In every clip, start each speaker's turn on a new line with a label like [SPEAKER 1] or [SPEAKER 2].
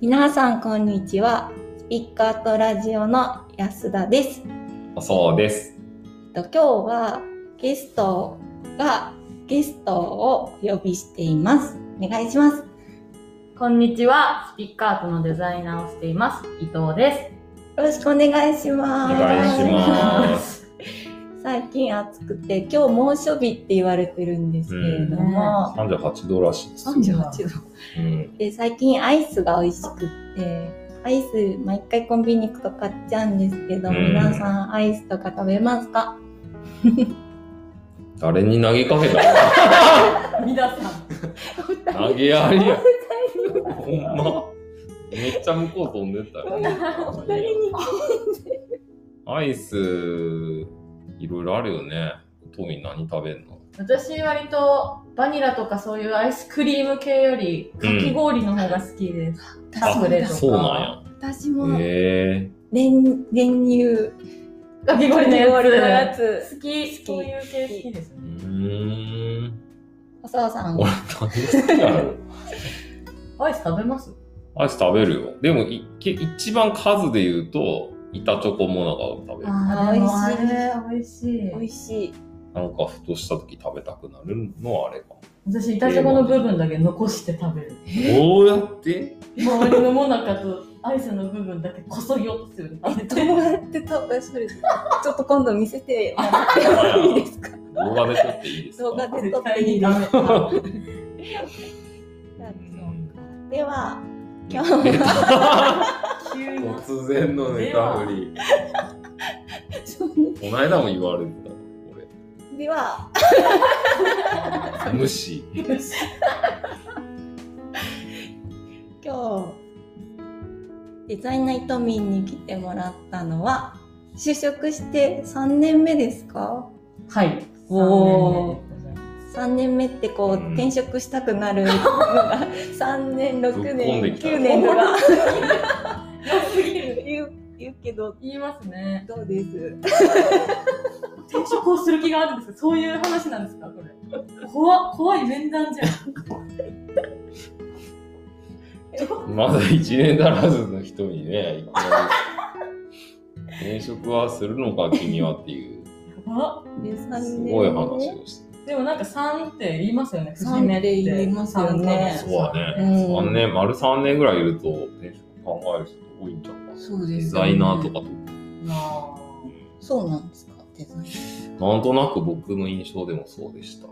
[SPEAKER 1] 皆さんこんにちは。スピッカーとラジオの安田です。
[SPEAKER 2] そうです。
[SPEAKER 1] えっと今日はゲストがゲストをお呼びしています。お願いします。よ
[SPEAKER 3] こんにちは。スピッカートのデザイナーをしています。伊藤で
[SPEAKER 1] ろしくお願いし
[SPEAKER 2] お
[SPEAKER 1] ます。
[SPEAKER 2] 願いします。
[SPEAKER 1] 最近暑くて今日猛暑日って言われてるんですけれども、
[SPEAKER 2] 三十八度らしいです。
[SPEAKER 3] うんね
[SPEAKER 1] 38度。
[SPEAKER 2] うん。
[SPEAKER 1] で最近アイスが美味しくってアイス毎回コンビニ行くと買っちゃうんですけど、
[SPEAKER 2] うん
[SPEAKER 1] 皆さんアイスとか食べますか
[SPEAKER 2] 誰に投げかけた？
[SPEAKER 3] す。皆さん。
[SPEAKER 2] 投げやりや。ほんま。めっちゃ向こう飛んでったよ、
[SPEAKER 1] 誰に
[SPEAKER 2] アイスいろいろあるよね。トミー何食べんの？
[SPEAKER 3] 私割とバニラとかそういうアイスクリーム系よりかき氷の方が好きです。
[SPEAKER 1] 私も
[SPEAKER 3] あ
[SPEAKER 1] だ
[SPEAKER 2] そうなん
[SPEAKER 1] 私も
[SPEAKER 2] や。へえ
[SPEAKER 1] 練練乳
[SPEAKER 3] かき氷の
[SPEAKER 1] の
[SPEAKER 3] や
[SPEAKER 1] や
[SPEAKER 3] つ。
[SPEAKER 1] つ
[SPEAKER 3] 好き。そういう系好きです
[SPEAKER 2] う
[SPEAKER 3] ね。
[SPEAKER 2] ーん。
[SPEAKER 1] 細田さん
[SPEAKER 2] 俺何好きなの？
[SPEAKER 3] アイス食べます
[SPEAKER 2] アイス食べるよ。でもいけ一番数で言うと板チョコモナカを食べる。
[SPEAKER 1] あー
[SPEAKER 3] で
[SPEAKER 1] 美
[SPEAKER 3] も
[SPEAKER 1] 味しい
[SPEAKER 3] あれ美味しい
[SPEAKER 1] 美。味しい
[SPEAKER 2] なんかふとした時食べたくなるのはあれか。
[SPEAKER 3] 私、板チョコの部分だけ残して食べる。
[SPEAKER 2] どうやって
[SPEAKER 3] 周りのもなかとアイスの部分だけこそぎ落とすように食べてる。
[SPEAKER 1] どうやって食べそれちょっと今度見せてもらってもいいですか
[SPEAKER 2] 動画で撮っていいですか
[SPEAKER 1] 動画で撮
[SPEAKER 3] 絶
[SPEAKER 1] って
[SPEAKER 3] 対
[SPEAKER 1] いいで
[SPEAKER 3] にダ
[SPEAKER 1] す
[SPEAKER 3] メ。
[SPEAKER 1] では 今日
[SPEAKER 2] 出た
[SPEAKER 3] 急に。
[SPEAKER 2] 突然のネタ振り。この間も言われてたの、
[SPEAKER 1] では
[SPEAKER 2] 俺。無視。
[SPEAKER 1] 今日デザイナーイトミンに来てもらったのは就職して3年目ですか
[SPEAKER 3] はい。
[SPEAKER 1] おー3年目ってこう、
[SPEAKER 2] うん
[SPEAKER 1] 転職したくなるのが3年6
[SPEAKER 2] ぶっこんで
[SPEAKER 1] 年
[SPEAKER 2] きた
[SPEAKER 1] 9年とか
[SPEAKER 3] すぎる。
[SPEAKER 1] 言う言うけど
[SPEAKER 3] 言いますね。
[SPEAKER 1] どうです
[SPEAKER 3] 転職をする気があるんですかそういう話なんですかこれ。怖っ怖い面談じゃん。
[SPEAKER 2] まだ1年足らずの人にね、いきなり。転職はするのか、君はっていう、
[SPEAKER 3] 怖っ
[SPEAKER 1] で3
[SPEAKER 2] す
[SPEAKER 1] 年目
[SPEAKER 2] ごい話をして
[SPEAKER 3] でもなんか3って言いますよね。
[SPEAKER 1] 三って言いますよね
[SPEAKER 2] た。そうはね、
[SPEAKER 1] うん
[SPEAKER 2] 3年、丸3年ぐらいいると、転職考える人多いんちゃうかな。
[SPEAKER 1] そう
[SPEAKER 2] デ
[SPEAKER 1] ですよ
[SPEAKER 2] ザ
[SPEAKER 1] ね
[SPEAKER 2] イナーとかと
[SPEAKER 3] あ
[SPEAKER 1] そうなんですかデザイナー
[SPEAKER 2] なんとなく僕の印象でもそうでした。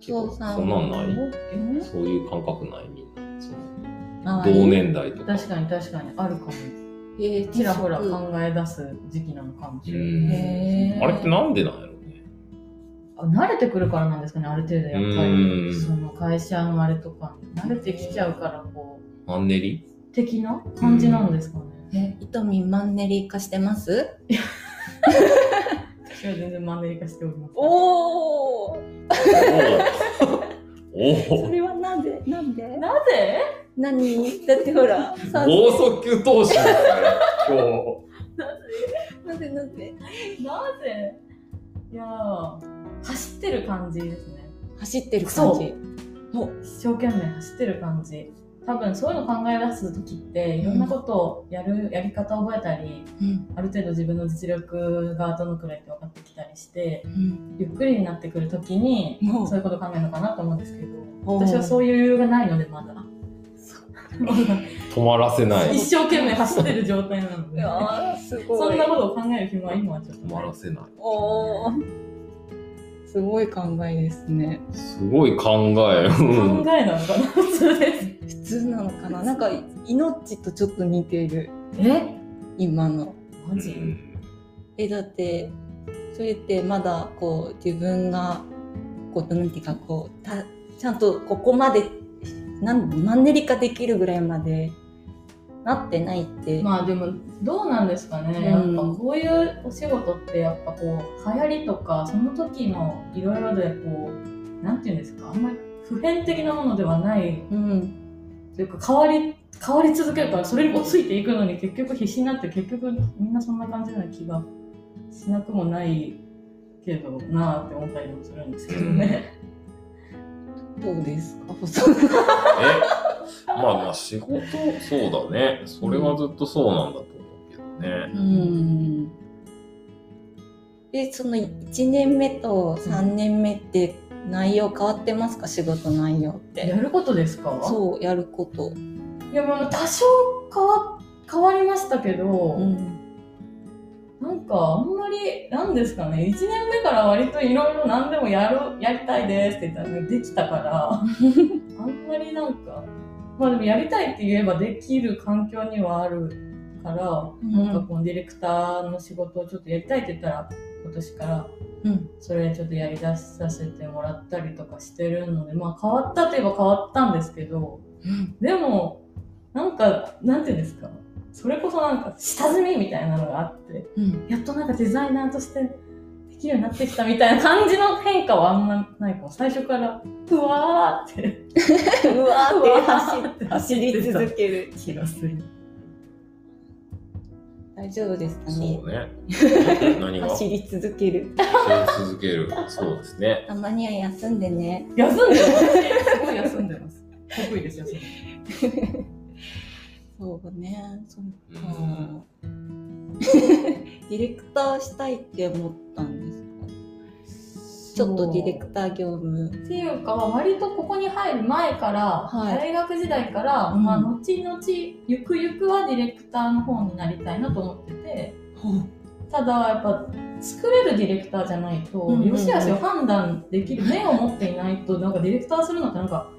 [SPEAKER 2] 結構
[SPEAKER 1] そうなん
[SPEAKER 2] そんなんない
[SPEAKER 3] ー
[SPEAKER 2] そういう感覚ないみんな。その
[SPEAKER 3] あー
[SPEAKER 2] 同年代とか。
[SPEAKER 3] 確かに確かにあるかも。
[SPEAKER 1] えー
[SPEAKER 3] ちらほら考え出す時期なのかもしれない。
[SPEAKER 2] うん
[SPEAKER 1] へー
[SPEAKER 2] あれってなんでなんやろうね。
[SPEAKER 3] あ慣れてくるからなんですかね、ある程度やっぱ
[SPEAKER 2] うん
[SPEAKER 3] り。その会社のあれとかに慣れてきちゃうから、こう、
[SPEAKER 2] マンネリ
[SPEAKER 3] 的な感じなんですかね。
[SPEAKER 1] えイトミンマンネリ化してます
[SPEAKER 3] 私は全然マンネリ化しております。
[SPEAKER 1] おお
[SPEAKER 2] お
[SPEAKER 1] そ
[SPEAKER 2] お
[SPEAKER 1] れはなんでなんで
[SPEAKER 3] なぜ
[SPEAKER 1] 何だってほら 三
[SPEAKER 2] 剛速球投手ですね、今
[SPEAKER 1] なぜなぜ
[SPEAKER 3] なぜいやー走ってる感じですね。
[SPEAKER 1] 走ってる感
[SPEAKER 3] そ
[SPEAKER 1] じ
[SPEAKER 3] 一生懸命走ってる感じ。多分そういうの考え出す時っていろんなことをやる、やり方を覚えたり
[SPEAKER 1] うん
[SPEAKER 3] ある程度自分の実力がどのくらいって分かってきたりして
[SPEAKER 1] うん
[SPEAKER 3] ゆっくりになってくる時に
[SPEAKER 1] も
[SPEAKER 3] そういうこと考えるのかなと思うんですけど
[SPEAKER 1] おー
[SPEAKER 3] 私はそういう余裕がないのでまだまだ
[SPEAKER 2] 日。止まらせない。
[SPEAKER 3] 一生懸命走ってる状態なの
[SPEAKER 1] う
[SPEAKER 3] で
[SPEAKER 1] わーすごい
[SPEAKER 3] そんなことを考える暇は今はちょっと
[SPEAKER 2] 止ま
[SPEAKER 3] ない
[SPEAKER 2] らせない。
[SPEAKER 1] おーすごい考えですね
[SPEAKER 2] すごい考え。うん
[SPEAKER 3] 考えなのかな普通です
[SPEAKER 1] 普通なのかななんか命とちょっと似ている
[SPEAKER 3] え
[SPEAKER 1] 今の
[SPEAKER 3] マジ、
[SPEAKER 1] えだってそれってまだこう自分がこうなんていうかこうたちゃんとここまでなんマンネリ化できるぐらいまでなってないって、
[SPEAKER 3] まあでもどうなんですかね、
[SPEAKER 1] うん
[SPEAKER 3] やっぱこういうお仕事ってやっぱこう流行りとかその時のいろいろでこうなんていうんですかあんまり普遍的なものではない
[SPEAKER 1] うん
[SPEAKER 3] というか変わり変わり続けるからそれにこうついていくのに結局必死になって結局みんなそんな感じな気がしなくもないけどなあって思ったりもするんですけどね。
[SPEAKER 1] どうですか細田さん
[SPEAKER 2] えまああまあ仕事、そうだね。それはずっとそうなんだと思うけどね。
[SPEAKER 1] うんでその1年目と3年目って内容変わってますか仕事内容って
[SPEAKER 3] やることですか
[SPEAKER 1] そうやること、
[SPEAKER 3] いやまあ多少変わ変わりましたけど、
[SPEAKER 1] うん
[SPEAKER 3] なんかあんまりなんですかね1年目から割といろいろ何でもやるやりたいですって言ったらできたか らあんまりなんかまあでもやりたいって言えばできる環境にはあるから、
[SPEAKER 1] うん
[SPEAKER 3] なんかこのディレクターの仕事をちょっとやりたいって言ったら今年から
[SPEAKER 1] うん
[SPEAKER 3] それちょっとやりださせてもらったりとかしてるのでまあ変わったといえば変わったんですけど、でもなんかなんていうんですかそれこそなんか下積みみたいなのがあって
[SPEAKER 1] うん
[SPEAKER 3] やっとなんかデザイナーとしてできるようになってきたみたいな感じの変化はあんまないかも最初からふわーって
[SPEAKER 1] うわ
[SPEAKER 3] うわー
[SPEAKER 1] ー
[SPEAKER 3] っ
[SPEAKER 1] ってて走走り続ける
[SPEAKER 3] 気がする
[SPEAKER 1] 大丈夫ですかね
[SPEAKER 2] そうね。 何が
[SPEAKER 1] 走り続ける
[SPEAKER 2] そう続ける。そうですね。
[SPEAKER 1] たまには休んでね
[SPEAKER 3] 休んでますすごい休んでます得意ですよそれ
[SPEAKER 1] そうねそっ
[SPEAKER 2] う
[SPEAKER 1] か、
[SPEAKER 2] ん
[SPEAKER 1] ディレクターしたいって思ったんですかちょっとディレクター業務
[SPEAKER 3] っていうか割とここに入る前から、
[SPEAKER 1] はい
[SPEAKER 3] 大学時代から、
[SPEAKER 1] うん
[SPEAKER 3] まあ、後々ゆくゆくはディレクターの方になりたいなと思ってて、ただやっぱ作れるディレクターじゃないと、
[SPEAKER 1] うんうんうん
[SPEAKER 3] よしあしを判断できる目を持っていないとなんかディレクターするのってなんか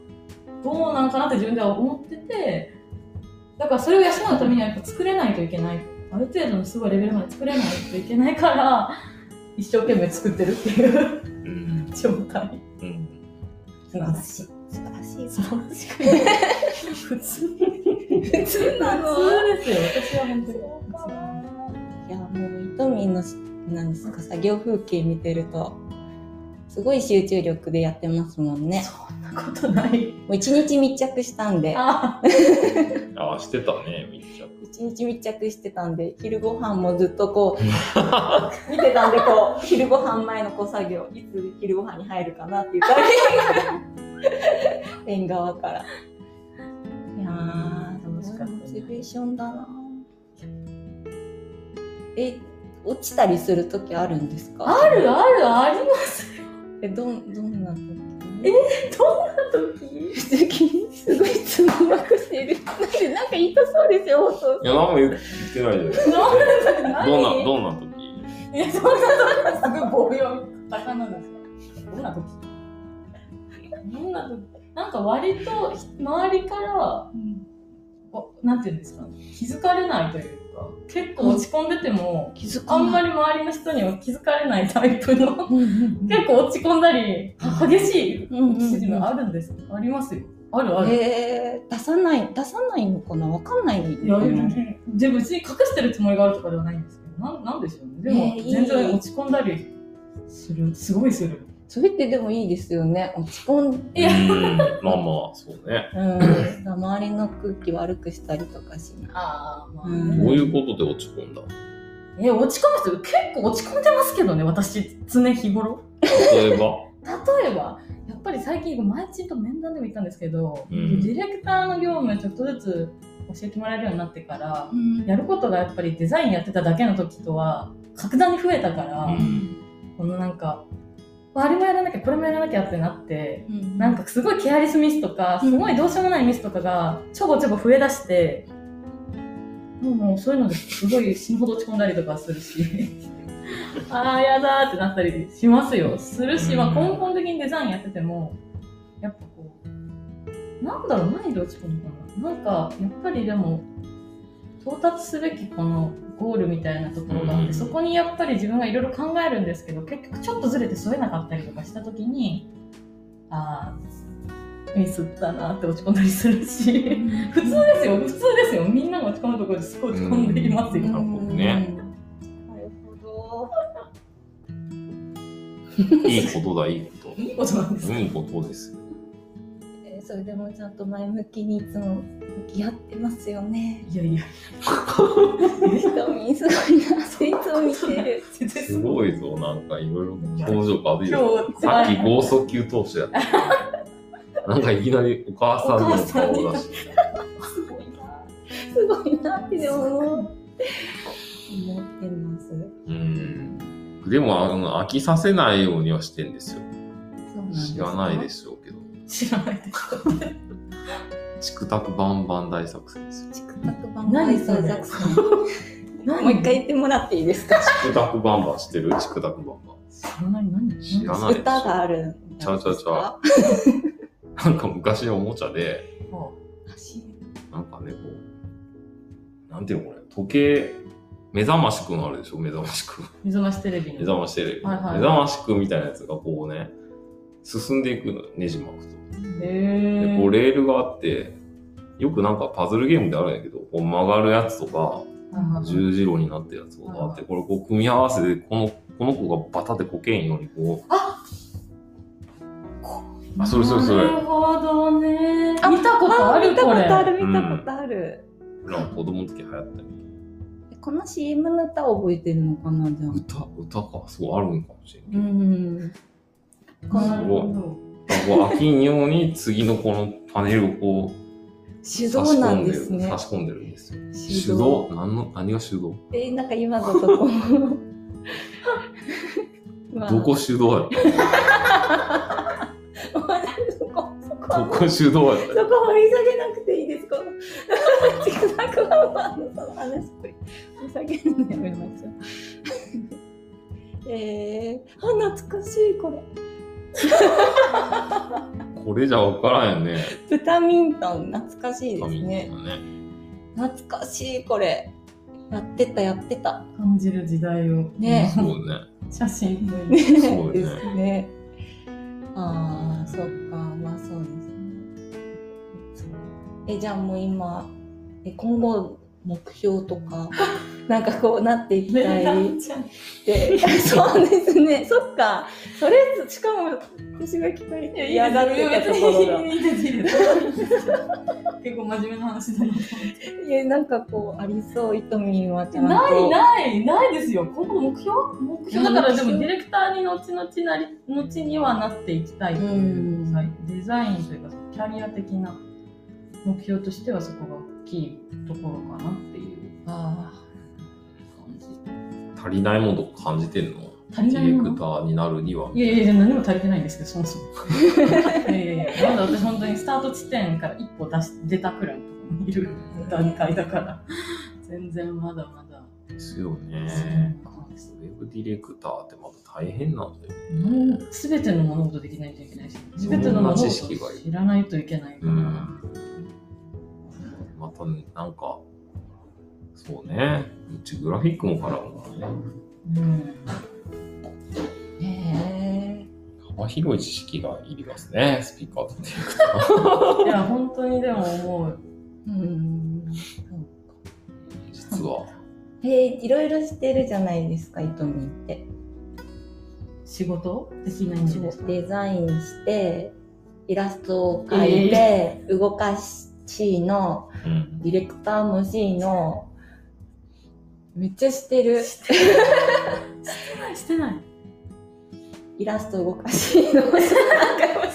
[SPEAKER 3] どうなんかなって自分では思っててだからそれを養うためにはやっぱ作れないといけないある程度のすごいレベルまで作れないといけないから一生懸命作ってるっていう
[SPEAKER 2] うん。
[SPEAKER 3] 状態
[SPEAKER 2] うん。
[SPEAKER 1] 素晴らしい素晴らしい
[SPEAKER 3] そう確かに普通
[SPEAKER 1] 普通なの
[SPEAKER 3] 普通ですよ私は本当に
[SPEAKER 1] いやもうイトミンのしなんですか作業風景見てるとすごい集中力でやってますもんね
[SPEAKER 3] そんなことない
[SPEAKER 1] もう一日密着したんで
[SPEAKER 3] あ
[SPEAKER 2] ああ、してたね、みっちゃん。
[SPEAKER 1] 一日密着してたんで昼ご飯もずっとこう 見てたんでこう昼ご飯前のこう作業いつ昼ご飯に入るかなっていうタイミング縁側からいやー
[SPEAKER 3] 楽しかったね
[SPEAKER 1] モチベーションだなえ落ちたりする時あるんですか
[SPEAKER 3] あるあるあります
[SPEAKER 1] えどんどんな時
[SPEAKER 3] 時
[SPEAKER 1] すごいつままくしてるなんでなんか言いたそうですよ放送
[SPEAKER 2] いや、何も言ってないじゃ ない。どんな、どんな時
[SPEAKER 3] いや、そんな時すごい棒読み高なんですよ。どんな時どんな時なんか割と周りから、おなんていうんですかね、気づかれないというか、結構落ち込んでても、
[SPEAKER 1] 気づ
[SPEAKER 3] あんま
[SPEAKER 1] り、
[SPEAKER 3] り周りの人には気づかれないタイプの、
[SPEAKER 1] うんうん
[SPEAKER 3] 結構落ち込んだり、激しい
[SPEAKER 1] うんうんうん
[SPEAKER 3] 指示もあるんです、ありますよ。あるある。
[SPEAKER 1] えー、出さない出さないのかなわかんない
[SPEAKER 3] いや
[SPEAKER 1] のか
[SPEAKER 3] でも
[SPEAKER 1] な
[SPEAKER 3] でも別に隠してるつもりがあるとかではないんですけどなんなんでしょうねでも
[SPEAKER 1] えーいい
[SPEAKER 3] 全然落ち込んだりするすごいする
[SPEAKER 1] それってでもいいですよね落ち込ん
[SPEAKER 3] いや
[SPEAKER 2] うん。まあまあ、そうね。
[SPEAKER 1] うん周りの空気悪くしたりとかしない
[SPEAKER 3] ああまあ、
[SPEAKER 1] うん
[SPEAKER 2] どういうことで落ち込んだ
[SPEAKER 3] え落ち込む人結構落ち込んでますけどね私常日頃
[SPEAKER 2] 例え ば
[SPEAKER 3] 例えばやっぱり最近前ちんと面談でも言ったんですけど、
[SPEAKER 2] うん
[SPEAKER 3] ディレクターの業務ちょっとずつ教えてもらえるようになってから
[SPEAKER 1] うん
[SPEAKER 3] やることがやっぱりデザインやってただけの時とは格段に増えたから、
[SPEAKER 2] うん
[SPEAKER 3] このなんかあれもやらなきゃこれもやらなきゃってなって
[SPEAKER 1] うん
[SPEAKER 3] なんかすごいケアレスミスとか、すごいどうしようもないミスとかがちょこちょこ増えだして、もうもうそういうのですごい死ぬほど落ち込んだりとかするし、 ああ、やだーってなったりしますよ。するし、まあ根本的にデザインやってても、やっぱこう、なんだろう、何で落ち込むのかな。なんか、やっぱりでも、到達すべきこのゴールみたいなところがあ
[SPEAKER 2] う
[SPEAKER 3] って、
[SPEAKER 2] ん
[SPEAKER 3] そこにやっぱり自分がいろいろ考えるんですけど、結局ちょっとずれて添えなかったりとかしたときに、ああミスったなって落ち込んだりするし 普通ですよ普通ですよみんなが落ち込むところですごい落ち込んでいますよ、
[SPEAKER 2] うんなるほど
[SPEAKER 1] う
[SPEAKER 2] ね
[SPEAKER 1] んなるほ
[SPEAKER 2] いいことだ、いいこ
[SPEAKER 3] いいことなんです
[SPEAKER 2] と。いいことです。
[SPEAKER 1] どえーそれでもちゃんと前向きにいつも向き合ってますよね
[SPEAKER 3] いやいや
[SPEAKER 1] ひとみんすごいなっていつも見てる
[SPEAKER 3] 全然
[SPEAKER 2] す
[SPEAKER 3] すご
[SPEAKER 2] ごい
[SPEAKER 3] い
[SPEAKER 2] ぞ、なんかいろいろ表情が悪い
[SPEAKER 3] 今
[SPEAKER 2] よ。
[SPEAKER 3] 日
[SPEAKER 2] さっ
[SPEAKER 3] 辛
[SPEAKER 2] き
[SPEAKER 3] い
[SPEAKER 2] 剛速球投手やった。なんかいきなりお母さんの顔を出して。
[SPEAKER 1] すごいなってでも思ってます。
[SPEAKER 2] うん。でも、あの、飽きさせないようにはしてんですよ。
[SPEAKER 1] そうなんです。
[SPEAKER 2] 知らないですしょうけど。
[SPEAKER 3] 知らないです。
[SPEAKER 2] チクタクバンバン大作戦ですよ。
[SPEAKER 1] チクタクバンバン大作戦。も
[SPEAKER 3] 何
[SPEAKER 1] う一回言ってもらっていいですか？
[SPEAKER 2] チクタクバンバン知ってるチクタクバンバン。
[SPEAKER 3] 知らない何
[SPEAKER 2] 知らないでしょ
[SPEAKER 1] 歌があるんですか。
[SPEAKER 2] ちゃうちゃうちゃなんか昔のおもちゃで、
[SPEAKER 3] は
[SPEAKER 1] 走る
[SPEAKER 2] なんかね、こう、なんていうのこれ、時計、目覚ましくんあるでしょ目覚ましくん。
[SPEAKER 3] あ目覚ましテレビ
[SPEAKER 2] 目
[SPEAKER 3] に。
[SPEAKER 2] 覚ましテレビ。
[SPEAKER 3] はいはい
[SPEAKER 2] 目覚ましくんみたいなやつがこうね、進んでいくのよ、ねじ巻くと。
[SPEAKER 3] へ
[SPEAKER 2] で、
[SPEAKER 3] ー
[SPEAKER 2] こうレールがあって、よくなんかパズルゲームであるんやけど、こう曲がるやつとか、
[SPEAKER 3] はいはいはい
[SPEAKER 2] 十字路になったやつとかあって、これこう組み合わせて、この、この子がバタってこけんようにこう、あそれそれそれ
[SPEAKER 3] なるほどね。見
[SPEAKER 1] あ
[SPEAKER 3] たことある
[SPEAKER 1] 見た
[SPEAKER 3] こ
[SPEAKER 1] こ
[SPEAKER 3] れ。
[SPEAKER 1] とある見たことある。
[SPEAKER 2] なんか子供の時流行ったよ
[SPEAKER 1] この CM の歌を覚えてるのかなじゃあ。
[SPEAKER 2] 歌、歌か、そうあるんかもしれない。
[SPEAKER 1] うん。こ
[SPEAKER 2] す
[SPEAKER 1] の
[SPEAKER 2] ごいこう飽きんように次のこのパネルをこう
[SPEAKER 1] 手
[SPEAKER 2] 差
[SPEAKER 1] 動
[SPEAKER 2] し
[SPEAKER 1] な
[SPEAKER 2] 込
[SPEAKER 1] ん
[SPEAKER 2] んで
[SPEAKER 1] で
[SPEAKER 2] る
[SPEAKER 1] すね
[SPEAKER 2] 差。し込んでるんですよ。
[SPEAKER 1] 手
[SPEAKER 2] 手動。何の何が手動
[SPEAKER 1] え、なんか今だとこう。 まあ
[SPEAKER 2] どこ手動やっ
[SPEAKER 1] そこ、そこ、
[SPEAKER 2] たどこ手動やっ
[SPEAKER 1] そ
[SPEAKER 2] た
[SPEAKER 1] こ掘り下げなくていいです。この、チクタクワンワンのその話掘り下げるのやめましょう。えー、あ、懐かしい、これ。
[SPEAKER 2] これじゃわからんよね。
[SPEAKER 1] 豚ミントン、懐かしいです
[SPEAKER 2] 紙
[SPEAKER 1] ね。
[SPEAKER 2] のね。
[SPEAKER 1] 懐かしい、これ。やってた、やってた。
[SPEAKER 3] 感じる時代を。
[SPEAKER 1] ね
[SPEAKER 2] そうね。
[SPEAKER 3] 写真撮り。
[SPEAKER 1] ね
[SPEAKER 2] そう
[SPEAKER 1] で
[SPEAKER 2] ね
[SPEAKER 1] すね。ああ、そっか、まあそうですね。え、じゃあもう今、え今後目標と か、なんかこうなっていきたいって。 そうですね、そっか。それ、しかも私が期待嫌がってたところ が。
[SPEAKER 3] 結構真面目な話だなと思っ
[SPEAKER 1] い
[SPEAKER 3] て。
[SPEAKER 1] や、なんかこう、ありそう、いとみんはちゃんと。
[SPEAKER 3] ないないないですよ。今後目標目標だか
[SPEAKER 1] 目
[SPEAKER 3] らで
[SPEAKER 1] 標
[SPEAKER 3] もディレクターに後々なり後にはなっていきたいっていう
[SPEAKER 1] うん
[SPEAKER 3] はいデザインというかキャリア的な目標としてはそこが大きいところかなっていう
[SPEAKER 1] あ
[SPEAKER 3] 感じ。
[SPEAKER 2] 足りないものとか感じてんの
[SPEAKER 3] 足り
[SPEAKER 2] デ
[SPEAKER 3] な
[SPEAKER 2] ィ
[SPEAKER 3] い
[SPEAKER 2] レ
[SPEAKER 3] も
[SPEAKER 2] ク
[SPEAKER 3] の
[SPEAKER 2] ターになるには。
[SPEAKER 3] いやいやいや、何も足りてないんですけど、そも そも。いやいやいや、まだ私本当にスタート地点から一歩出し出たくらいのところにいる段階だから、全然まだまだ。
[SPEAKER 2] ですよ
[SPEAKER 3] そう
[SPEAKER 2] ね。
[SPEAKER 3] なんです
[SPEAKER 2] ウェブディレクターってまた大変なんだよね。
[SPEAKER 3] うん全ての物事できないといけないし、全ての物事を知らないといけないか
[SPEAKER 2] う
[SPEAKER 3] ら。
[SPEAKER 2] ん。またね、なんか、そうね。うちグラフィックも絡むからね。
[SPEAKER 3] うん
[SPEAKER 1] あ。へえ。
[SPEAKER 2] 幅広い知識がいりますね、スピーカーとディレク
[SPEAKER 3] いや、本当にでも思う。
[SPEAKER 1] うん。
[SPEAKER 2] ター実は。
[SPEAKER 1] えー、いろいろしてるじゃないですか、いとみんって。
[SPEAKER 3] 仕事できないんですか
[SPEAKER 1] デザインして、イラストを描いて、動かし C の、
[SPEAKER 2] うん。
[SPEAKER 1] ディレクターも C の、めっちゃしてる。
[SPEAKER 3] してない、してない。
[SPEAKER 1] イラスト動かし C の、なんか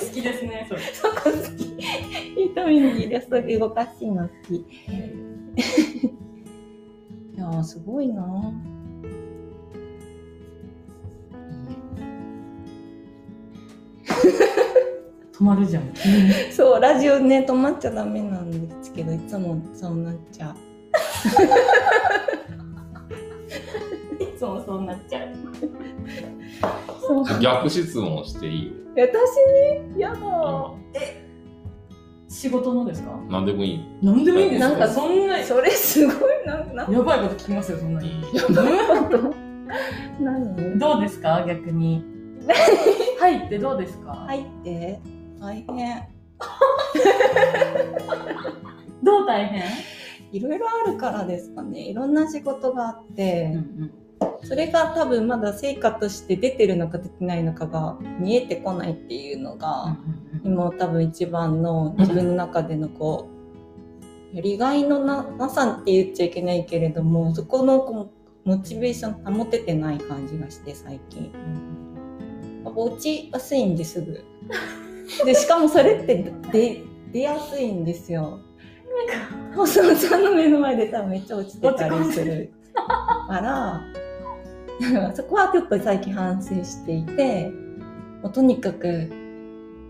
[SPEAKER 3] 好きですね、それ。
[SPEAKER 1] そこ好き。いとみんにイラスト動かし C の好き。いやー、すごいな
[SPEAKER 3] 止まるじゃん、急に。
[SPEAKER 1] そう、ラジオね、止まっちゃダメなんですけど、いつもそうなっちゃう。
[SPEAKER 3] いつも そうなっちゃう。
[SPEAKER 1] そう
[SPEAKER 2] 逆質問していいよ。
[SPEAKER 1] 私にやだ
[SPEAKER 2] 今
[SPEAKER 3] 仕事のですか
[SPEAKER 2] 何でもいい。
[SPEAKER 3] なんでもいいんですよ
[SPEAKER 1] なんか
[SPEAKER 3] そんなや
[SPEAKER 1] それすごいな、な、
[SPEAKER 3] ばいこと聞きますよそんなに
[SPEAKER 1] 何
[SPEAKER 3] どうですか逆に入ってどうですか、
[SPEAKER 1] 入って大変。
[SPEAKER 3] どう大変、
[SPEAKER 1] いろいろあるからですかね。いろんな仕事があって、
[SPEAKER 3] ん
[SPEAKER 1] それが多分まだ成果として出てるのか出てないのかが見えてこないっていうのが、今多分一番の自分の中でのこう、やりがいのななさって言っちゃいけないけれども、そこのこうモチベーション保ててない感じがして最近。落ちやすいんですぐでしかもそれってで出やすいんですよ細野さんの目の前で多分めっちゃ落ちてたりするから、だからそこはちょっと最近反省していて、もうとにかく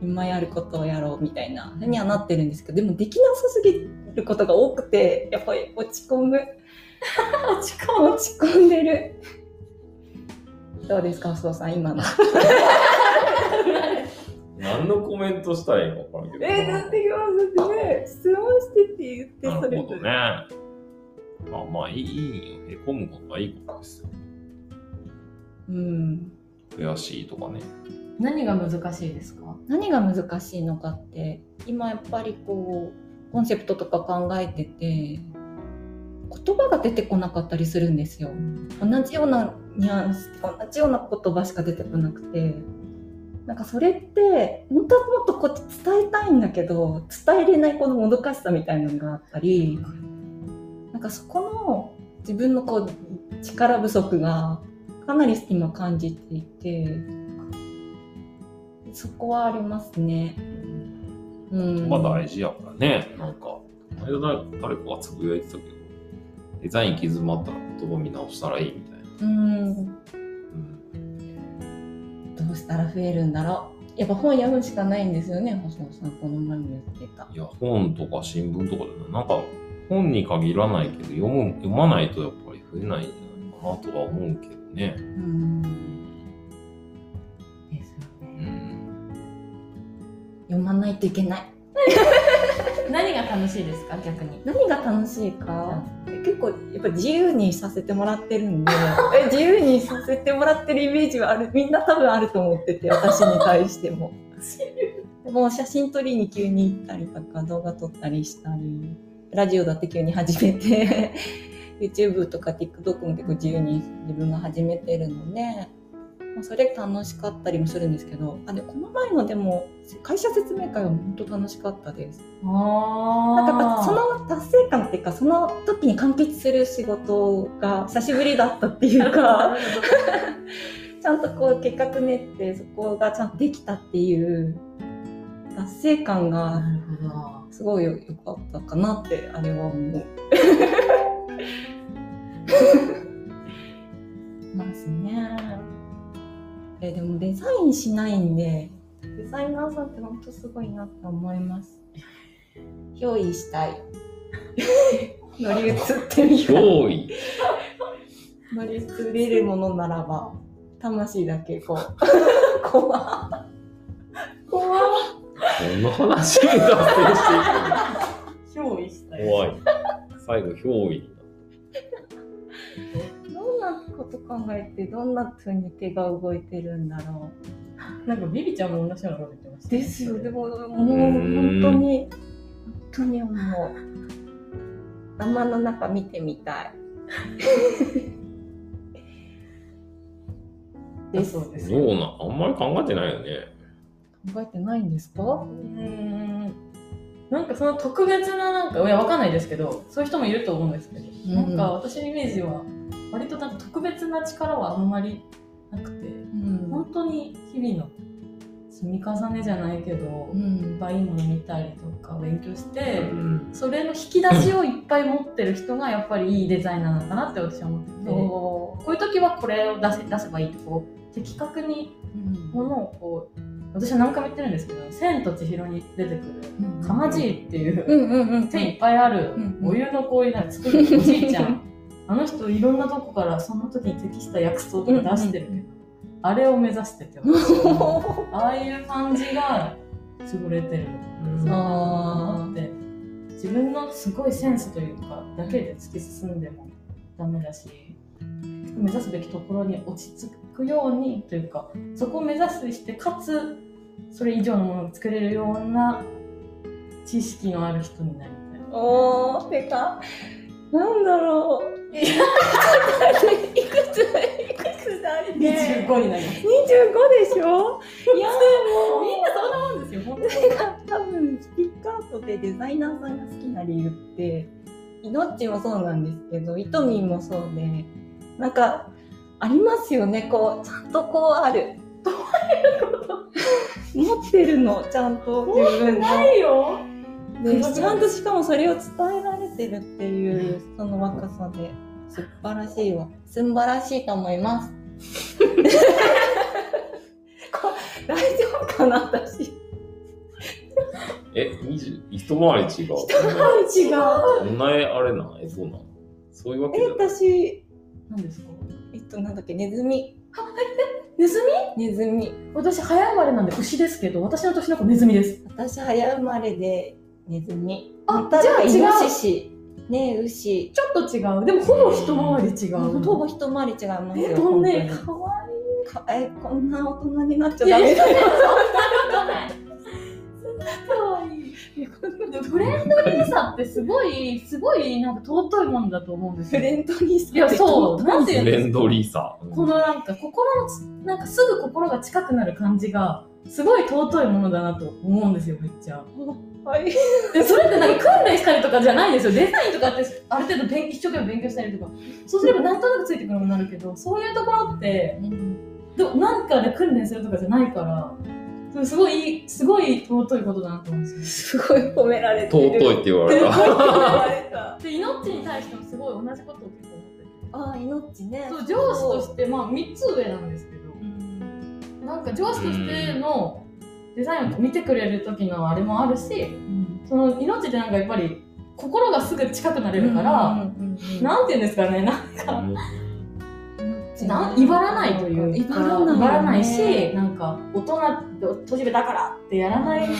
[SPEAKER 1] 今やることをやろうみたいなふうにはなってるんですけど、でもできなさすぎることが多くて、やっぱり落ち込む。
[SPEAKER 3] 落ち込む。
[SPEAKER 1] 落ち込んでる。どうですか、細野さん、今の。
[SPEAKER 2] 何のコメントしたらいいのかわからんけど。
[SPEAKER 1] え、だって今だってね、質問してって言って、
[SPEAKER 2] な
[SPEAKER 1] そ
[SPEAKER 2] る
[SPEAKER 1] れ
[SPEAKER 2] ほどね。まあまあいいいいよ。へこむことはいいことですよ。
[SPEAKER 1] うん。
[SPEAKER 2] 悔しいとかね。
[SPEAKER 3] 何が難しいですか
[SPEAKER 1] 何が難しいのかって今やっぱりこうコンセプトとか考えてて言葉が出てこなかったりするんですよ同じようなニュアンス同じような言葉しか出てこなくてなんかそれって本当はもっとこっち伝えたいんだけど伝えれないこのもどかしさみたいなのがあったりなんかそこの自分のこう力不足がかなり今感じていてそこはありますね。うん、
[SPEAKER 2] まあ大事やからね。なんか、この間誰かがつぶやいてたけど、デザイン行き詰まったら言葉見直したらいいみたいな。
[SPEAKER 1] うん
[SPEAKER 2] うん
[SPEAKER 1] どうしたら増えるんだろうやっぱ本読むしかないんですよね星野さんこの前も言ってた
[SPEAKER 2] いや、本とか新聞とかでも、なんか本に限らないけど、読む読まないとやっぱり増えないんじゃないかなとは思うけどね。
[SPEAKER 1] うんですよ
[SPEAKER 2] う
[SPEAKER 1] ね
[SPEAKER 2] ん。
[SPEAKER 1] 読まないといけない
[SPEAKER 3] 何が楽しいですか逆に。
[SPEAKER 1] 何が楽しいか結構やっぱ自由にさせてもらってるんでえ自由にさせてもらってるイメージはあるみんな多分あると思ってて私に対してももう写真撮りに急に行ったりとか動画撮ったりしたりラジオだって急に始めて YouTube とか TikTok も結構自由に自分が始めてるので、まあそれ楽しかったりもするんですけどあでこの前のでも会社説明会は本当楽しかったです。
[SPEAKER 3] あ
[SPEAKER 1] なんかやっぱその達成感っていうかその時に完結する仕事が久しぶりだったっていう かちゃんとこう計画練ってそこがちゃんとできたっていう達成感が
[SPEAKER 3] なるほ ど。
[SPEAKER 1] すごい良かったかなってあれは思う。ますね。えでもデザインしないんでデザイナーさんって本当すごいなって思います。憑依したい。乗り移ってみよう。
[SPEAKER 2] 憑依。
[SPEAKER 1] 乗り移れるものならば魂だけこ う怖っ怖っ
[SPEAKER 2] こんな話に達成していくの
[SPEAKER 3] 憑依したい。
[SPEAKER 2] 怖い。最後、憑依になっ
[SPEAKER 1] どんなこと考えてどんな風に手が動いてるんだろ
[SPEAKER 3] なんかビビちゃんも同じようなこと言ってまし
[SPEAKER 1] う
[SPEAKER 3] たね、
[SPEAKER 1] ですよ
[SPEAKER 3] それ
[SPEAKER 1] でももう
[SPEAKER 2] ー
[SPEAKER 1] 本
[SPEAKER 2] ん
[SPEAKER 1] 当に本当にもう頭の中見てみたいです
[SPEAKER 3] そうで
[SPEAKER 2] た。
[SPEAKER 3] す
[SPEAKER 2] ど
[SPEAKER 3] よ。
[SPEAKER 2] うな、あんまり考えてないよね。
[SPEAKER 1] 考えてないんですか
[SPEAKER 3] うーん。なんかその特別ななんかいやわかんないですけど、そういう人もいると思うんですけど、
[SPEAKER 1] ん
[SPEAKER 3] なんか私のイメージは割となんか特別な力はあんまりなくて、
[SPEAKER 1] うん、
[SPEAKER 3] 本当に日々の積み重ねじゃないけど、
[SPEAKER 1] う
[SPEAKER 3] いっ
[SPEAKER 1] ん、
[SPEAKER 3] ぱいいいもの見たりとか勉強して。
[SPEAKER 2] うん。
[SPEAKER 3] それの引き出しをいっぱい持ってる人がやっぱりいいデザイナーなのかなって私は思ってて、こ
[SPEAKER 1] そう
[SPEAKER 3] いう時はこれを出せ出せばいいとこう的確に
[SPEAKER 1] う、うん
[SPEAKER 3] ものをこう私は何回も言ってるんですけど「千と千尋」に出てくる
[SPEAKER 1] うん
[SPEAKER 3] かまじいっていう、
[SPEAKER 1] うんうんうん
[SPEAKER 3] 手いっぱいある、
[SPEAKER 1] うん
[SPEAKER 3] お湯のこういうなんか作るおじいちゃん あの人いろんなとこからその時に適した薬草とか出してるけど、
[SPEAKER 1] うんう
[SPEAKER 3] あれを目指して て私は
[SPEAKER 1] お
[SPEAKER 3] ああいう感じが優れてる
[SPEAKER 2] う
[SPEAKER 3] の
[SPEAKER 2] ん
[SPEAKER 1] あ
[SPEAKER 3] って自分のすごいセンスというかだけで突き進んでもダメだし目指すべきところに落ち着くようにというかそこを目指すしてかつそれ以上のものを作れるような知識のある人になりたい。
[SPEAKER 1] ーおーてかなんだろういくついくつだっけ
[SPEAKER 3] 25になりま
[SPEAKER 1] 25で
[SPEAKER 3] す。
[SPEAKER 1] しょいや
[SPEAKER 3] みんなそんなもんですよ、本当に。
[SPEAKER 1] でも多分スピッカートでデザイナーさんが好きな理由ってイノッチもそうなんですけどイトミンもそうでなんかありますよねこうちゃんとこうあるどういうこと持ってるのちゃんと自分の
[SPEAKER 3] ないよ。
[SPEAKER 1] で
[SPEAKER 3] 苦労
[SPEAKER 1] ち
[SPEAKER 3] しちゃ
[SPEAKER 1] ゃ
[SPEAKER 3] うん
[SPEAKER 1] としかもそれを伝えられてるっていうその若さで素晴らしいわ素晴らしいと思いますこ大丈夫かな私
[SPEAKER 2] え、20、一回り違 う。
[SPEAKER 1] 違う
[SPEAKER 2] お前、あれなん、え、そうなのそういうわけじ
[SPEAKER 1] え
[SPEAKER 2] ゃない。
[SPEAKER 1] 私
[SPEAKER 3] 何ですか
[SPEAKER 1] えっとなんだっけネズミ
[SPEAKER 3] ネズミ
[SPEAKER 1] ネズミ
[SPEAKER 3] 私早生まれなんで牛ですけど私の年の子ネズミです
[SPEAKER 1] 私早生まれでネズミ
[SPEAKER 3] あ
[SPEAKER 1] またなんか
[SPEAKER 3] じゃあ違
[SPEAKER 1] イ
[SPEAKER 3] う
[SPEAKER 1] ノシシねえ牛
[SPEAKER 3] ちょっと違うでもほぼ一回り違う
[SPEAKER 1] ほぼ一回り違いますよ
[SPEAKER 3] えとんね
[SPEAKER 1] 本
[SPEAKER 3] かわいい
[SPEAKER 1] 当にかえこんな大人になっちゃ
[SPEAKER 3] い
[SPEAKER 1] ダ
[SPEAKER 3] や
[SPEAKER 1] メ
[SPEAKER 3] いや
[SPEAKER 1] だよ
[SPEAKER 3] かわいいフレンドリーさってすごいすごいなんか尊いものだと思うんです
[SPEAKER 1] フ
[SPEAKER 3] よ
[SPEAKER 1] レンドリーさんって
[SPEAKER 3] いやそうなんてい
[SPEAKER 2] フ
[SPEAKER 3] うんで
[SPEAKER 2] レ
[SPEAKER 3] す
[SPEAKER 2] ンドリーさ。
[SPEAKER 3] このなんか心のつなんかすぐ心が近くなる感じがすごい尊いものだなと思うんですよめっちゃ
[SPEAKER 1] はい
[SPEAKER 3] でそれってなんか訓練したりとかじゃないんですよデザインとかってある程度勉一生懸命勉強したりとかそうすればなんとなくついてくるものになるけどそういうところってでもなんかで訓練するとかじゃないからそれすごいすごい尊いことだなと思うんですよ
[SPEAKER 1] すごい褒められてる
[SPEAKER 2] 尊いって言われ
[SPEAKER 1] すごい
[SPEAKER 2] た。
[SPEAKER 1] 褒められた
[SPEAKER 3] で命に対してもすごい同じことを結構思ってて
[SPEAKER 1] ああ命ね
[SPEAKER 3] そう上司としてまあ3つ上なんですけど
[SPEAKER 1] うん
[SPEAKER 3] なんか上司としてのデザインを見てくれる時のあれもあるしその命ってなんかやっぱり心がすぐ近くなれるから、
[SPEAKER 1] うんうんうんうん
[SPEAKER 3] なんて言うんですかねなんか、なん威張らないというか
[SPEAKER 1] 威張らないよね
[SPEAKER 3] 威張らないしなんか大人年上だからってやらな
[SPEAKER 1] や
[SPEAKER 3] い、
[SPEAKER 1] ら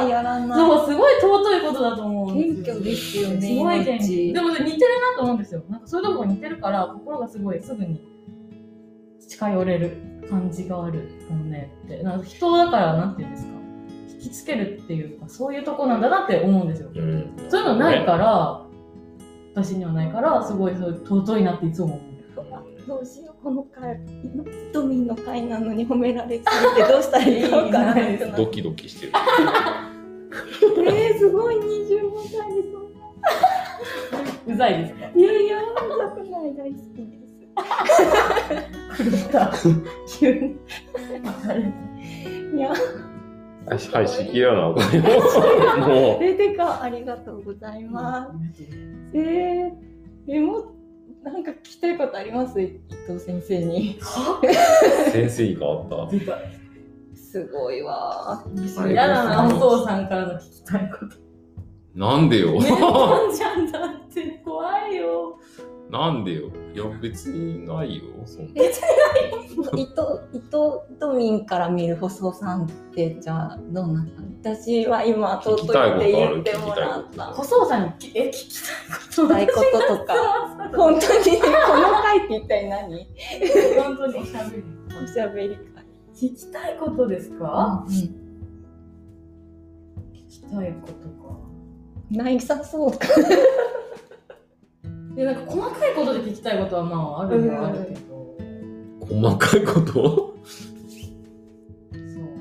[SPEAKER 1] ないやらない
[SPEAKER 3] そうすごい尊いことだと思うん
[SPEAKER 1] 謙
[SPEAKER 3] です
[SPEAKER 1] 虚です
[SPEAKER 3] よ
[SPEAKER 1] よね
[SPEAKER 3] すごい元気
[SPEAKER 1] 命
[SPEAKER 3] でもね似てるなと思うんですよなんかそういうとこが似てるから心がすごいすぐに近寄れる感じがあるもんねってなんか人だからなんて言うんですか引きつけるっていうかそういうとこなんだなって思うんですよ
[SPEAKER 2] うん
[SPEAKER 3] そういうのないから、私にはないからすごいそういう尊いなっていつも思
[SPEAKER 1] どうしようこの回命ドミンの回なのに褒められちゃってどうしたらいいのかなって な
[SPEAKER 2] ドキドキしてる。
[SPEAKER 1] えー、すごい25歳でそんな
[SPEAKER 3] ううざいですか
[SPEAKER 1] いやいや若くない大好きで
[SPEAKER 3] 狂った急に
[SPEAKER 1] すいや
[SPEAKER 2] はい、しきらなあかんよ。も
[SPEAKER 1] えてかありがとうございますえー、えもうなんか聞きたいことあります伊藤先生に
[SPEAKER 2] う、先生に変わった。
[SPEAKER 3] 出た
[SPEAKER 1] すごいわ
[SPEAKER 2] あり
[SPEAKER 3] 嫌
[SPEAKER 2] が
[SPEAKER 3] だな、お
[SPEAKER 2] とうご
[SPEAKER 3] 父さんからの聞きたい こと。
[SPEAKER 2] なんでよ。
[SPEAKER 3] メロンちゃんだって怖いよ。
[SPEAKER 2] なんでよ。いや、別にないよ。そんな。
[SPEAKER 1] ー伊藤伊藤都民から見る細尾さんってじゃあどんな感じ私は今
[SPEAKER 2] 聞
[SPEAKER 1] 尊
[SPEAKER 2] きたい
[SPEAKER 1] い
[SPEAKER 2] こ
[SPEAKER 1] っ
[SPEAKER 2] と
[SPEAKER 1] て言っ
[SPEAKER 2] ある。聞きた
[SPEAKER 1] て
[SPEAKER 2] いこ
[SPEAKER 1] もらっ
[SPEAKER 2] と
[SPEAKER 1] た
[SPEAKER 2] ある。
[SPEAKER 3] 細尾さんにきえ聞き
[SPEAKER 1] 聞きた
[SPEAKER 3] たい
[SPEAKER 1] い
[SPEAKER 3] こと。
[SPEAKER 1] こととか本当にね、この回って一体何
[SPEAKER 3] 本当におしゃべり。
[SPEAKER 1] おしゃべり会。
[SPEAKER 3] 聞きたいことですか？聞きたいことか。
[SPEAKER 1] ないさそうか。
[SPEAKER 3] いやなんか細かいことで聞きたいことはまああるにはあるけど、
[SPEAKER 2] 細かいこと
[SPEAKER 3] そう。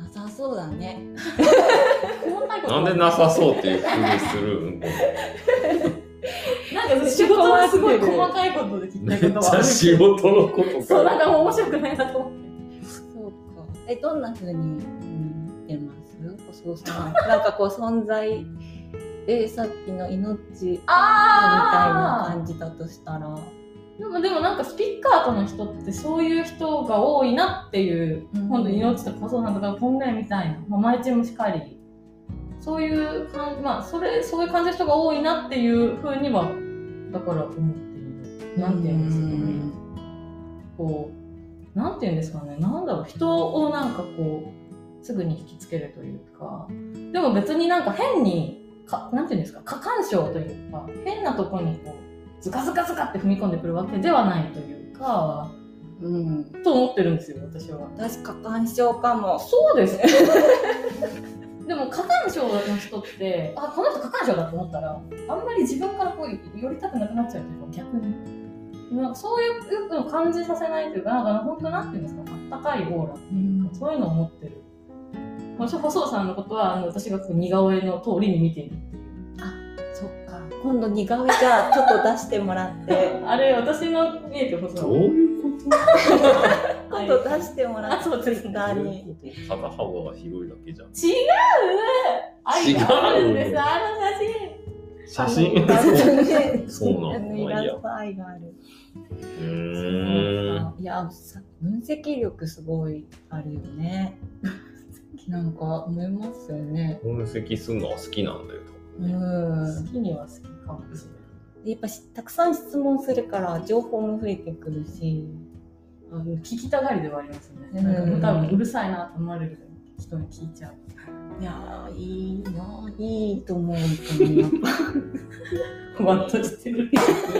[SPEAKER 1] なさそうだね。
[SPEAKER 3] 細かいこと
[SPEAKER 2] なん
[SPEAKER 3] は。
[SPEAKER 2] でなさそうっていうふうにするうんこ
[SPEAKER 3] なんかその仕事はすごい細かいことで聞きた
[SPEAKER 2] め
[SPEAKER 3] いこ
[SPEAKER 2] っ
[SPEAKER 3] と
[SPEAKER 2] ち
[SPEAKER 3] はあ
[SPEAKER 2] ゃ
[SPEAKER 3] る
[SPEAKER 2] 仕
[SPEAKER 3] けど。
[SPEAKER 2] 事のこと
[SPEAKER 3] そうなん
[SPEAKER 2] か。
[SPEAKER 3] かもう面白くないなと思って。
[SPEAKER 1] そうか。え、どんな風に見てます細尾さん。なんかこう存在。え、さっきの命みたいな
[SPEAKER 3] ああ。
[SPEAKER 1] 感じだとしたら。
[SPEAKER 3] でもでもなんかスピッカーとの人ってそういう人が多いなっていう、
[SPEAKER 1] うん
[SPEAKER 3] 本当に命とかそうなんとか本来みたいな、まあ、毎日もしかりそういう感じまあそれそういう感じの人が多いなっていうふうにはだから思っているなんて言うんですかね、こうなんて言うんですかねなんだろう人をなんかこうすぐに引きつけるというかでも別になんか変にかなんて言うんですか過干渉というか変なとこにこうズカズカズカって踏み込んでくるわけではないというか
[SPEAKER 1] うん。うん。
[SPEAKER 3] と思ってるんですよ私は。
[SPEAKER 1] 私過干渉かも。
[SPEAKER 3] そうです でも過干渉の人ってあこの人過干渉だと思ったらあんまり自分からこう寄りたくなくなっちゃうというか逆になんかそういうのを感じさせないというかなんか本当なんていうんですかあったかいオーラそういうのを持ってる私細尾さんのことはあの私がこう似顔絵の通りに見ているっていう
[SPEAKER 1] そっか。 今度似顔絵じゃあちょっと出してもらって。
[SPEAKER 3] あれ私の見えてる細
[SPEAKER 2] ど
[SPEAKER 3] 尾
[SPEAKER 2] ういうこ
[SPEAKER 1] 今度出してもら
[SPEAKER 3] あ
[SPEAKER 1] っ
[SPEAKER 3] そう
[SPEAKER 1] て、
[SPEAKER 3] ですね
[SPEAKER 1] Twitter に。
[SPEAKER 2] ただ幅が広いだけじゃん。
[SPEAKER 3] 違う愛があるんです、あの写真。
[SPEAKER 2] 写
[SPEAKER 1] あ
[SPEAKER 2] 真
[SPEAKER 1] の
[SPEAKER 2] そう そうな
[SPEAKER 1] あ
[SPEAKER 2] ん
[SPEAKER 1] の
[SPEAKER 2] だ
[SPEAKER 1] イラスト愛がある。
[SPEAKER 2] うーん。
[SPEAKER 1] いや、さ分析力すごいあるよ ね。なんか思いますよね。
[SPEAKER 2] 分析するのは好きなんだよ。多
[SPEAKER 1] う
[SPEAKER 2] 分ね
[SPEAKER 1] ん。
[SPEAKER 3] 好きには好きかもし
[SPEAKER 1] でやっぱしたくさん質問するから情報も増えてくるし、
[SPEAKER 3] れない。あの聞きたがりではありますよね。
[SPEAKER 1] うん
[SPEAKER 3] なんか多分うるさいなと思われる人に聞いちゃう。
[SPEAKER 1] いやーいいな、いいと思うと思う。
[SPEAKER 3] ふわっとしてる。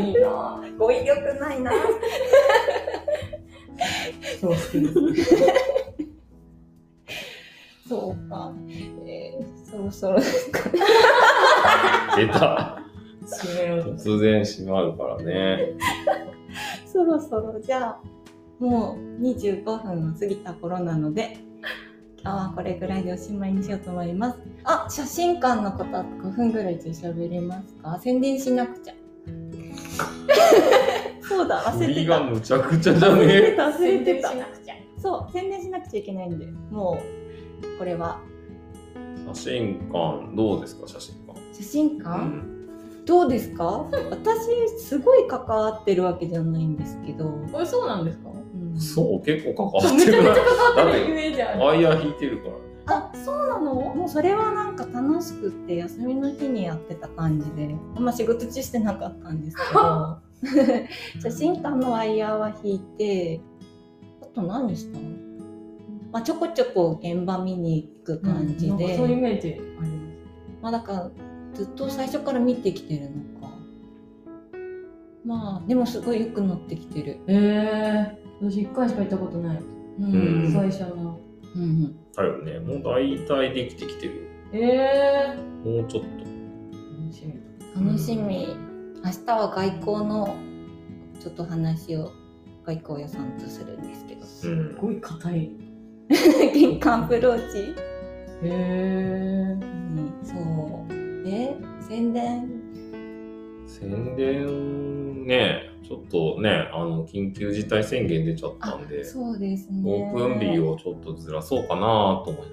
[SPEAKER 3] いいなぁ。
[SPEAKER 1] 語彙力ないな。
[SPEAKER 3] そう好きです。
[SPEAKER 1] そうか。えー、そろそろ。
[SPEAKER 2] 出 た。
[SPEAKER 3] 締めようと。
[SPEAKER 2] 突然閉まるからね。
[SPEAKER 1] そろそろじゃあもう25分を過ぎた頃なので今日はこれぐらいでおしまいにしようと思いますあ写真館の方5分ぐらいで喋れますか宣伝しなく ちゃそうだ忘れ
[SPEAKER 2] 振
[SPEAKER 1] て
[SPEAKER 2] り
[SPEAKER 1] た
[SPEAKER 2] がむちゃくちゃじゃね
[SPEAKER 1] 忘れ
[SPEAKER 2] え
[SPEAKER 1] て。た忘れてた
[SPEAKER 3] なくちゃ。
[SPEAKER 1] そう宣伝しなくちゃいけないんでもうこれは
[SPEAKER 2] 写真館どうですか写真館。
[SPEAKER 1] 写真館、
[SPEAKER 2] うん
[SPEAKER 1] どうですか私すごい関わってるわけじゃないんですけど、
[SPEAKER 3] これそうなんですか
[SPEAKER 1] うん
[SPEAKER 2] そう結構関わ
[SPEAKER 3] め
[SPEAKER 2] って
[SPEAKER 3] ちゃ
[SPEAKER 2] る
[SPEAKER 3] め
[SPEAKER 2] な
[SPEAKER 3] ちゃ。関わ
[SPEAKER 2] っ
[SPEAKER 3] っ
[SPEAKER 2] てて
[SPEAKER 3] る
[SPEAKER 2] る
[SPEAKER 3] イメージある。
[SPEAKER 2] ワイヤー引いてるからね。
[SPEAKER 3] あ、そうなの
[SPEAKER 1] もうそれはなんか楽しくて休みの日にやってた感じであんま仕事中してなかったんですけ ど写真館のワイヤーは引いてあと何したの、まあ、ちょこちょこ現場見に行く感じ
[SPEAKER 3] なん
[SPEAKER 1] で、
[SPEAKER 3] かそういうイメージあります。
[SPEAKER 1] まあだからずっと最初から見てきてるのかまあでもすごい良くなってきてる
[SPEAKER 3] ええ私一回しか行ったことない。
[SPEAKER 1] うん
[SPEAKER 2] うん
[SPEAKER 3] 最初の。
[SPEAKER 1] うんうん
[SPEAKER 2] だよね。もう大体できてきてる。
[SPEAKER 3] ええ
[SPEAKER 2] もうちょっ
[SPEAKER 3] 楽しみ。
[SPEAKER 1] 楽しみ明日は外交のちょっと話を外交屋さんとするんですけど
[SPEAKER 2] と。うん
[SPEAKER 3] すごい硬い。
[SPEAKER 1] 玄関アプローチ、
[SPEAKER 3] へえ。
[SPEAKER 1] うん、そうえ宣伝
[SPEAKER 2] 宣伝ね、ちょっとね、あの、緊急事態宣言出ちゃったんで、
[SPEAKER 1] そうですね
[SPEAKER 2] オープン日
[SPEAKER 1] を
[SPEAKER 2] をちょっとずらそうかなと思いな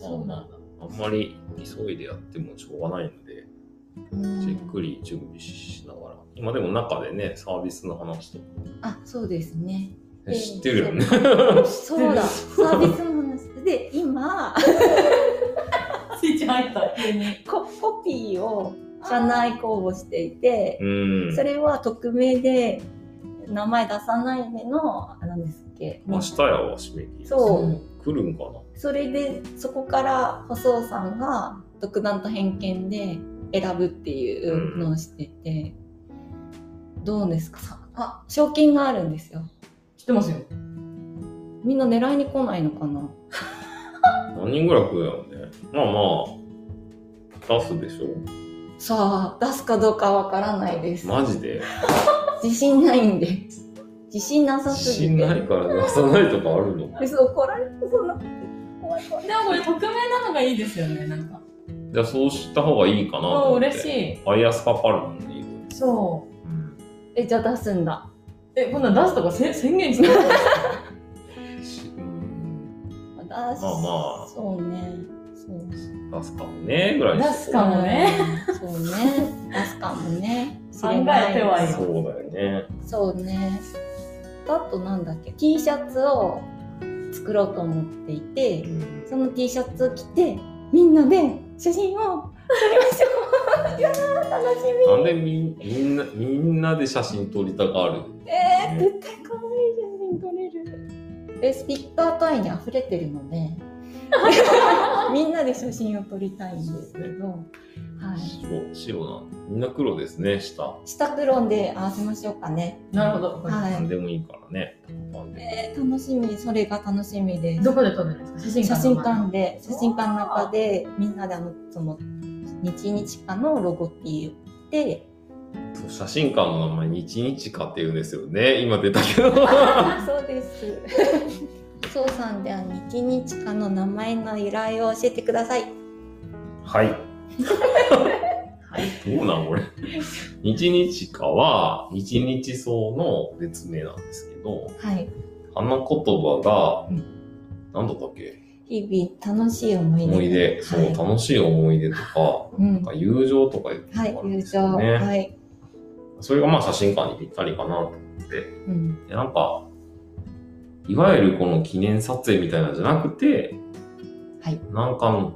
[SPEAKER 3] そう
[SPEAKER 2] が
[SPEAKER 3] な
[SPEAKER 2] ら
[SPEAKER 3] んだ。
[SPEAKER 2] まあ、あんまり急いでやってもしょうがないので、じっくり準備しながら。今でも中でね、サービスの話とか
[SPEAKER 1] あそうですね
[SPEAKER 2] ね、知ってるよね。
[SPEAKER 1] そうだサービスの話で今
[SPEAKER 3] スイッチ入った。急に。
[SPEAKER 1] ココピーを社内公募していて
[SPEAKER 2] うん。
[SPEAKER 1] それは匿名で名前出さないでのあなんですっけ
[SPEAKER 2] 明日やわ、締め切り。。
[SPEAKER 1] そう
[SPEAKER 2] 来るんかな
[SPEAKER 1] それでそこから細尾さんが独断と偏見で選ぶっていうのをしてて、どうですかさあ賞金があるんですよ
[SPEAKER 3] 知ってますよ。
[SPEAKER 1] みんな狙いに来ないのかな
[SPEAKER 2] 何人ぐらい来るやろね。まあまあ、出すでしょ
[SPEAKER 1] さあ出すかどうかわからないです
[SPEAKER 2] マジで。
[SPEAKER 1] 自信ないんで自信なさ
[SPEAKER 2] 自
[SPEAKER 1] すぎ
[SPEAKER 2] 信な
[SPEAKER 1] て
[SPEAKER 2] いから出さないとかあるの
[SPEAKER 1] 嘘怒られるそんな怖い怖い
[SPEAKER 3] でもこれ匿名なのがいいですよね。なんか。
[SPEAKER 2] じゃあそうした方がいいかな
[SPEAKER 3] あ、
[SPEAKER 2] と思って。
[SPEAKER 3] 嬉し
[SPEAKER 2] い。
[SPEAKER 3] い。
[SPEAKER 2] バイアスかかるもんね、いろいろ
[SPEAKER 3] そう。
[SPEAKER 1] えじゃあ出すんだ
[SPEAKER 3] え、こんなん出すとかせ宣言してる。
[SPEAKER 2] しうん。
[SPEAKER 1] 出す
[SPEAKER 2] まあまあ
[SPEAKER 1] そうねそう
[SPEAKER 2] 出すかもね、ぐらいにしとこう
[SPEAKER 3] 出すかもね
[SPEAKER 1] そうね出すかもね知
[SPEAKER 3] 考
[SPEAKER 1] れない
[SPEAKER 3] えてはいる。
[SPEAKER 2] そうだよね。
[SPEAKER 1] そうね。あとなんだっけ T シャツを作ろうと思っていて
[SPEAKER 2] うん
[SPEAKER 1] その T シャツを着てみんなで写真を撮りましょう いやー楽し
[SPEAKER 2] なんでみんみんな、みんなで写真撮りたがる
[SPEAKER 1] みえー、絶対可愛い写真撮れるえスピッカーと愛に溢れてるの でみんなで写真を撮りたいんですけど、はい、
[SPEAKER 2] 白、白なの。みんな黒ですね、下。
[SPEAKER 1] 下黒で合わせましょうかね
[SPEAKER 3] なるほど。
[SPEAKER 1] はい
[SPEAKER 2] なんでもいいからね。なんで
[SPEAKER 1] えー楽しみそれが楽しみです
[SPEAKER 3] どこで撮るんですか。写真
[SPEAKER 1] 写
[SPEAKER 3] 館
[SPEAKER 1] 真
[SPEAKER 3] の前。
[SPEAKER 1] 館で写真館の中でみんなであのその日日課のロゴ T で
[SPEAKER 2] そう写真館の名前、日日かって言うんですよね。今出たけ ど。
[SPEAKER 1] そうです そうさんでは日日課の名前の由来を教えてください
[SPEAKER 2] はい。どうなん俺。日日かは、日日草の別名なんですけど、ど、
[SPEAKER 1] はい。
[SPEAKER 2] 花言葉
[SPEAKER 1] う
[SPEAKER 2] が、何だったっけ
[SPEAKER 1] 日々楽しい思い出。
[SPEAKER 2] 思い出、そう、
[SPEAKER 1] はい
[SPEAKER 2] 楽しい思い出とか、
[SPEAKER 1] うん
[SPEAKER 2] なん。か友情とか言って
[SPEAKER 1] は
[SPEAKER 2] た
[SPEAKER 1] い
[SPEAKER 2] か、ら、
[SPEAKER 1] 友情。
[SPEAKER 2] ね
[SPEAKER 1] はい。
[SPEAKER 2] それがまあ写真館にぴったりかなと。
[SPEAKER 1] うん。
[SPEAKER 2] で、なんか、いわゆるこの記念撮影みたいなんじゃなくて、
[SPEAKER 1] はい
[SPEAKER 2] なんかの、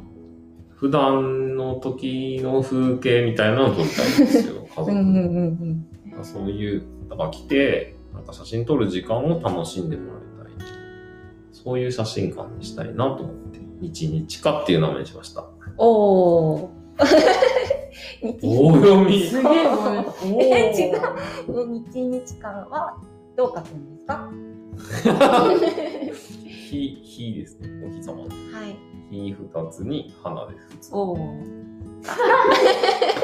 [SPEAKER 2] 普段の時の風景みたいなのを撮りたいんです よ、家族
[SPEAKER 1] うん
[SPEAKER 2] で
[SPEAKER 1] うんうん
[SPEAKER 2] まあそういう、だから来て、なんか写真撮る時間を楽しんでもらいたい。そういう写真館にしたいなと思って、日日課っていう名前にしました。
[SPEAKER 1] うん。おお。 日
[SPEAKER 2] 大読み
[SPEAKER 3] すげえごめん
[SPEAKER 1] え違う日日間はどう書くんですか？
[SPEAKER 2] 日、日ですね。お日様。
[SPEAKER 1] はい。
[SPEAKER 2] 日二つに花です。
[SPEAKER 1] おお。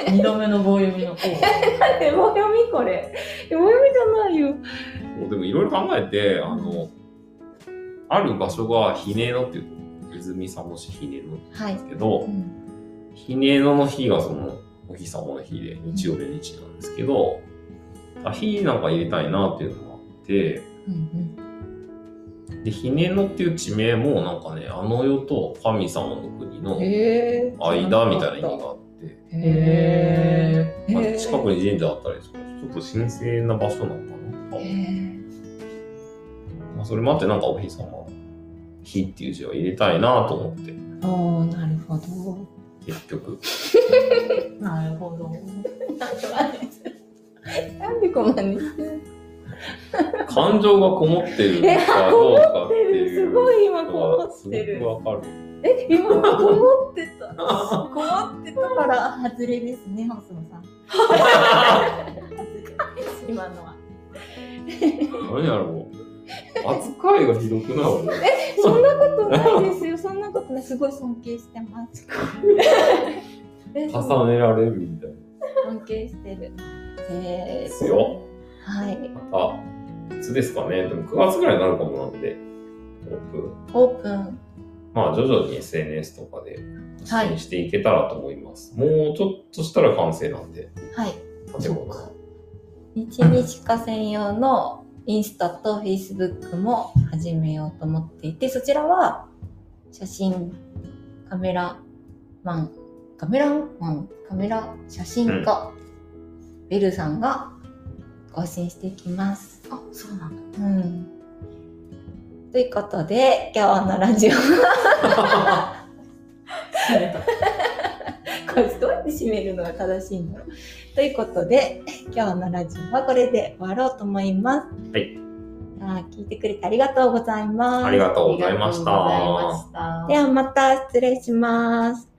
[SPEAKER 3] 二度目の棒読みの。
[SPEAKER 1] え棒読みこれ。え棒読みじゃないよ。
[SPEAKER 2] そうでもいろいろ考えて、あの、ある場所がひねのっていう、泉佐野市ひねの
[SPEAKER 1] は
[SPEAKER 2] なん
[SPEAKER 1] い
[SPEAKER 2] で。すけど、
[SPEAKER 1] うん
[SPEAKER 2] ひねのの日がその、お日様の日で、日曜日の日なんですけど、あ日なんか入れたいなっていうのもあって、
[SPEAKER 1] うん
[SPEAKER 2] で、ひねのっていう地名もなんかね、あの世と神様の国の
[SPEAKER 1] うん。ええ。
[SPEAKER 2] 間みたいな意味があって、
[SPEAKER 1] へえ。
[SPEAKER 2] まあ、近くに神社あったりとか、ちょっと神聖な場所なのかな。
[SPEAKER 1] へ
[SPEAKER 2] まあ、それもあってなんかお日様、日っていう字を入れたいなと思って、
[SPEAKER 1] ーおおなるほど。
[SPEAKER 2] 結局。
[SPEAKER 3] なるほど。
[SPEAKER 1] なんでこんなにしてる
[SPEAKER 2] 感情がこもってるかどうかっていう。
[SPEAKER 1] すごい今
[SPEAKER 2] こ
[SPEAKER 1] こ
[SPEAKER 2] も
[SPEAKER 1] も
[SPEAKER 2] っ
[SPEAKER 1] ってて
[SPEAKER 2] る
[SPEAKER 1] る。
[SPEAKER 2] わかる。
[SPEAKER 1] え、今こもって た。こもってたから外れですね、細野さん。今のは。
[SPEAKER 2] 何やろう。扱いがひどくなるね。
[SPEAKER 1] そんなことないですよ。そんなことない。すごい尊敬して ます。 え
[SPEAKER 2] 重ねられるみたいな。
[SPEAKER 1] 尊敬してる。
[SPEAKER 2] で
[SPEAKER 1] え
[SPEAKER 2] すよ。
[SPEAKER 1] ー、はい。
[SPEAKER 2] あ、いつですかね。でも9月ぐらいになるかもなんで、オープン。
[SPEAKER 1] オープン。
[SPEAKER 2] まあ徐々に SNS とかで
[SPEAKER 1] は
[SPEAKER 2] 発信
[SPEAKER 1] い。
[SPEAKER 2] していけたらと思います。もうちょっとしたら完成なんで、
[SPEAKER 1] はい。
[SPEAKER 2] 建物。
[SPEAKER 1] 日日化専用のインスタとフェイスブックも始めようと思っていて、そちらは写真、カメラマン、カメラマン、カメラ写真家、ベルさんが更新していきます。
[SPEAKER 3] あ、そうなんだ。
[SPEAKER 1] うん。ということで、今日のラジオ
[SPEAKER 3] 知れた。
[SPEAKER 1] これ どうやって締めるのが正しいんだろう。ということで、今日のラジオはこれで終わろうと思います。
[SPEAKER 2] はい。
[SPEAKER 1] あー聞いてくれてありがとうございます。
[SPEAKER 2] ありがとうございました。
[SPEAKER 3] ありがとうございました
[SPEAKER 1] ではまた失礼します。